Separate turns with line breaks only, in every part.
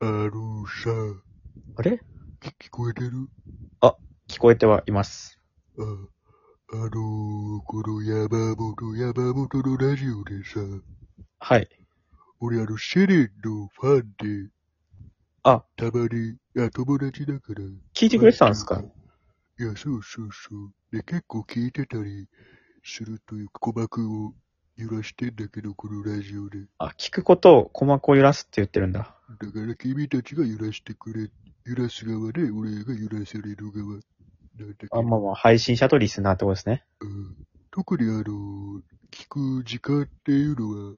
あのさ、
あれ
聞こえてる
聞こえてはいます。
あ、あのー、この山本、山本のラジオでさ、
はい。
俺あの、セレンのファンで、
あ、
たまに、あ、友達だから。
聞いてくれてたんですか
いや、そうそうそう。で、結構聞いてたりするというか、鼓膜を揺らしてんだけど、このラジオで。
あ、聞くことを鼓膜を揺らすって言ってるんだ。
だから君たちが揺らしてくれ、揺らす側で、俺が揺らされる側。なんだけど
あ、まあまあ、配信者とリスナーってことですね。
うん特にあの、聞く時間っていうのは、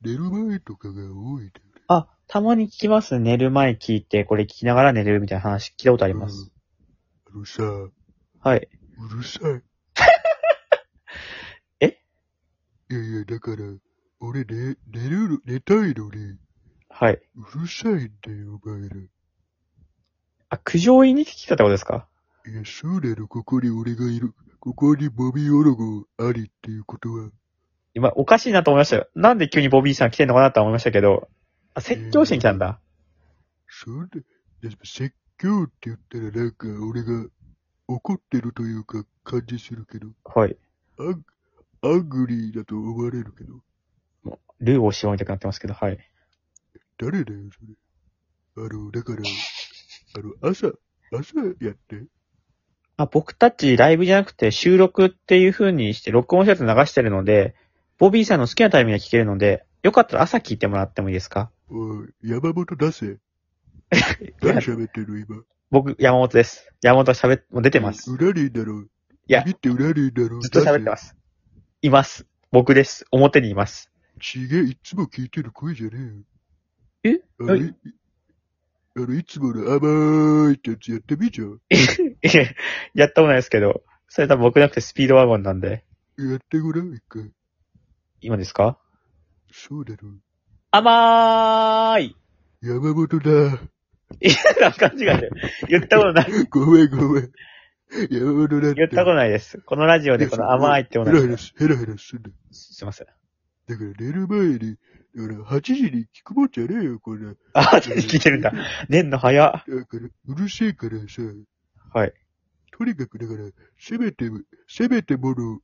寝る前とかが多いんだよね。
あ、たまに聞きます。寝る前聞いて、これ聞きながら寝るみたいな話聞いたことあります。
あのさ、う
はい。
るさい。
え
いやいや、だから、俺寝、寝るの、寝たいのに、
はい。
うるさいんだよ、お前ら。
あ、苦情言いに来てたってことですか
いや、そうなの、ここに俺がいる。ここにボビーオロゴありっていうことは、
今、おかしいなと思いましたよ。なんで急にボビーさん来てんのかなとは思いましたけど、あ、説教しに来たんだ。
そんな、で説教って言ったらなんか俺が怒ってるというか感じするけど、
はい。
アンアングリーだと思われるけど、
ルーをしようみたいになってますけど、はい。
誰だよ、それ。あの、だ から、あの、朝、朝やって。
あ、僕たちライブじゃなくて収録っていう風にして録音したやつ流してるので、ボビーさんの好きなタイミングで聞けるので、よかったら朝聞いてもらってもいいですか
おい、山本出 せ。何喋ってる今。
僕、山本です。山本は喋っ、もう出てます。
裏にいんだろ。
いや
見て裏にいんだろ。
ずっと喋ってます。います。僕です。表にいます。
ちげえ、いつも聞いてる声じゃね
え
えよ。あの、
はい
いあの、いつもの甘いってやつやってみちゃう。
やったことないですけど、それ多分僕なくてスピードワゴンなんで、
やってごらん、一回。
今ですか
そうだろ。
甘ーい
山本だ。
なんか勘違いだよ。言ったこと ない。
ごめん、ごめん。山本だって。
言ったことないです。このラジオでこの甘いってこと
ヘラヘ
なん
ラ、
です
ヘラヘラすんだ。
す。すいません。
だから寝る前に、だから8時に聞くもんじゃねえよ、これ。だか
あ、 聞いてるんだ。寝んの早っ。
ら、うるせえからさ、
はい。
とにかくだから、せめて、せめてもの、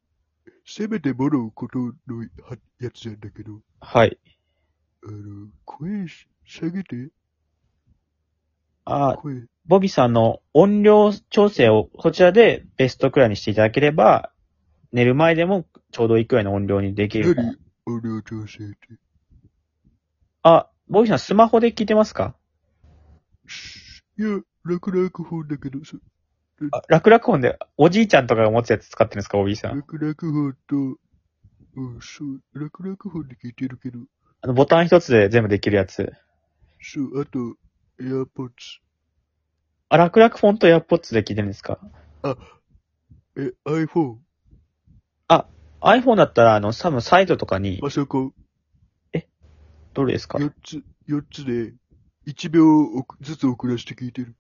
せめてものことのはやつなんだけど、
はい。
あの、声し下げて、
あ、
声。
ボビーさんの音量調整をそちらでベストくらいにしていただければ、寝る前でもちょうどいいくらいの音量にできる。
何音量調整って。
あ、ボビーさんスマホで聞いてますか
いや、楽々本だけど、そ
あ楽々本でおじいちゃんとかが持つやつ使ってるんですか、ボビーさん。
楽々本と、うん、そう、楽々本で聞いてるけど、
あのボタン一つで全部できるやつ。
そう、あと、エアポッツ。
あ、楽々フォンとエアポッツで聞いてるんですか
え、iPhone、
?iPhone だったら、あの、多分サイトとかに、
パソコン、
どれですか
4つ、四つで、1秒おくずつ遅らせて聞いてる。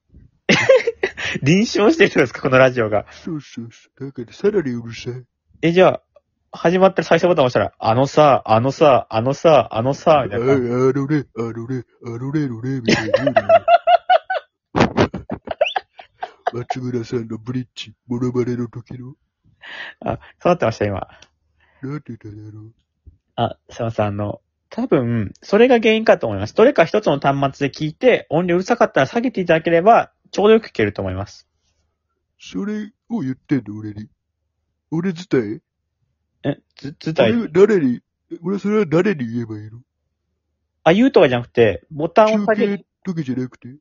臨床してるんですか、このラジオが。
そうそうそう。だから、さらにうるさい。
え、じゃあ、始まったら最初ボタン押したら、あのさ、あのさ、あのさ、あのさ、みたい
あ
な感じ。
あのね、あのね、あのねのね、みたいな言うなよ。松村さんのブリッジ、モノマネの時の、
あ、そうなってました、今。
なんて言ったんだろう。
あ、すいません、あの、多分、それが原因かと思います。どれか一つの端末で聞いて、音量うるさかったら下げていただければ、ちょうどよく聞けると思います。
それを言ってんの、俺に。俺自体
え、ず、ずたい
俺、誰に、俺はそれは誰に言えばいいの
あ、言うとかじゃなくて、ボタンを
中
下
継
げ、
の時じゃなくて。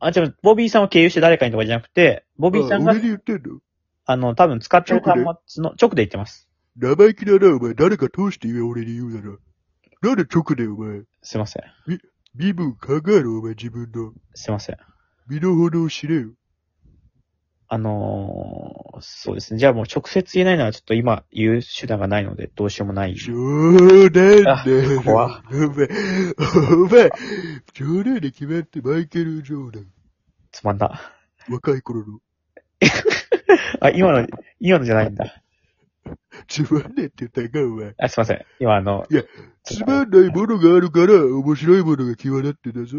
あ、じゃボビーさんを経由して誰かにとかじゃなくて、ボビーさん
あ
が
俺、に言ってんの
あの、多分使ってる端末の、直で言ってます。
生意気だな、お前。誰か通して言え、俺に言うなら。なんで直で、お前。
すいません。
身分考えろ、お前、自分の。
すいません。
身の程を知れよ。
あのー、そうですね。じゃあもう直接言えないのはちょっと今言う手段がないので、どうしようもない。
冗談
あ
だよ。お
怖
前、お前、冗談で決まってマイケル・ジョーダン。
つまんな。
若い頃の。
あ、今の、今のじゃないんだ。
つまんねえって言ったんか、お前。
あ、すいません。今あの、
つまんないものがあるから、面白いものが際立ってんだぞ。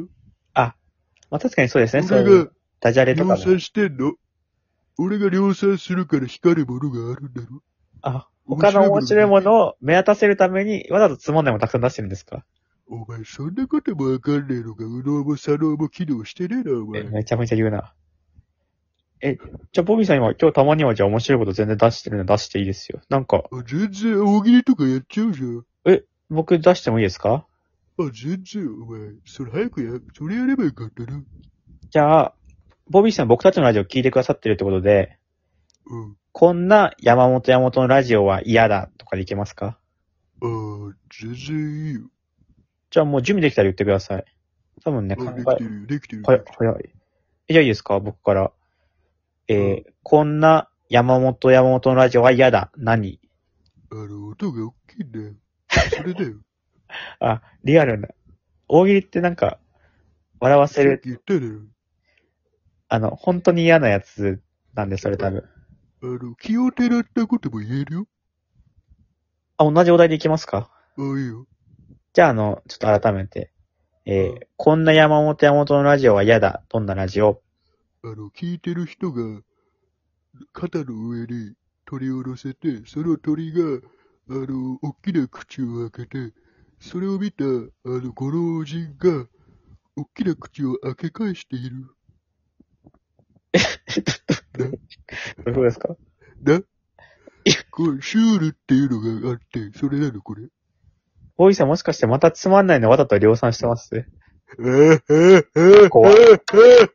あ、まあ確かにそうですね。そう
俺
いう
が
ダジャレと
量
かも。
産してんの俺が量産するから光るものがあるんだろ
あ、他の面白いものを目立たせるために、わざとつまんないものたくさん出してるんですか
お前そんなこともわかんねえのか、右脳も左脳も機能してねえな、お前。
えめちゃめちゃ言うな。え、じゃあ、ボビーさん今、今日たまにはじゃあ面白いこと全然出してるの出していいですよ。なんか、
あ全然大喜利とかやっちゃうじゃん。
僕出してもいいですか
あ、全然、お前。それ早くや、それやればよかったな。
じゃあ、ボビーさん僕たちのラジオ聞いてくださってるってことで、
うん。
こんな山本山本のラジオは嫌だとかでいけますか
ああ、全然いいよ。
じゃあもう準備できたら言ってください。多分ね、考
あ、で
え
きてるよ、できてる。
早い、早い。えじゃあいいですか僕から。えーこんな山本山本のラジオは嫌だ。何
あの、音が大きいんだ よ。それだよ。
あ、リアルな。大喜利ってなんか、笑わせ
さっ
る、
き言っただろ。
あの、本当に嫌なやつなんで、それ多分。
あの、気をてらったことも言えるよ。
あ、同じお題でいきますか
ああ、いいよ。
じゃあ、あの、ちょっと改めて。え
うん
ー、こんな山本山本のラジオは嫌だ。どんなラジオ
あの、聞いてる人が、肩の上に鳥を乗せて、その鳥が、あの、大きな口を開けて、それを見た、あの、ご老人が、大きな口を開け返している。
どういうことですか
なこれ、シュールっていうのがあって、それなの、これ。
ボーイさんもしかしてまたつまんないのわざと量産してます 怖い
は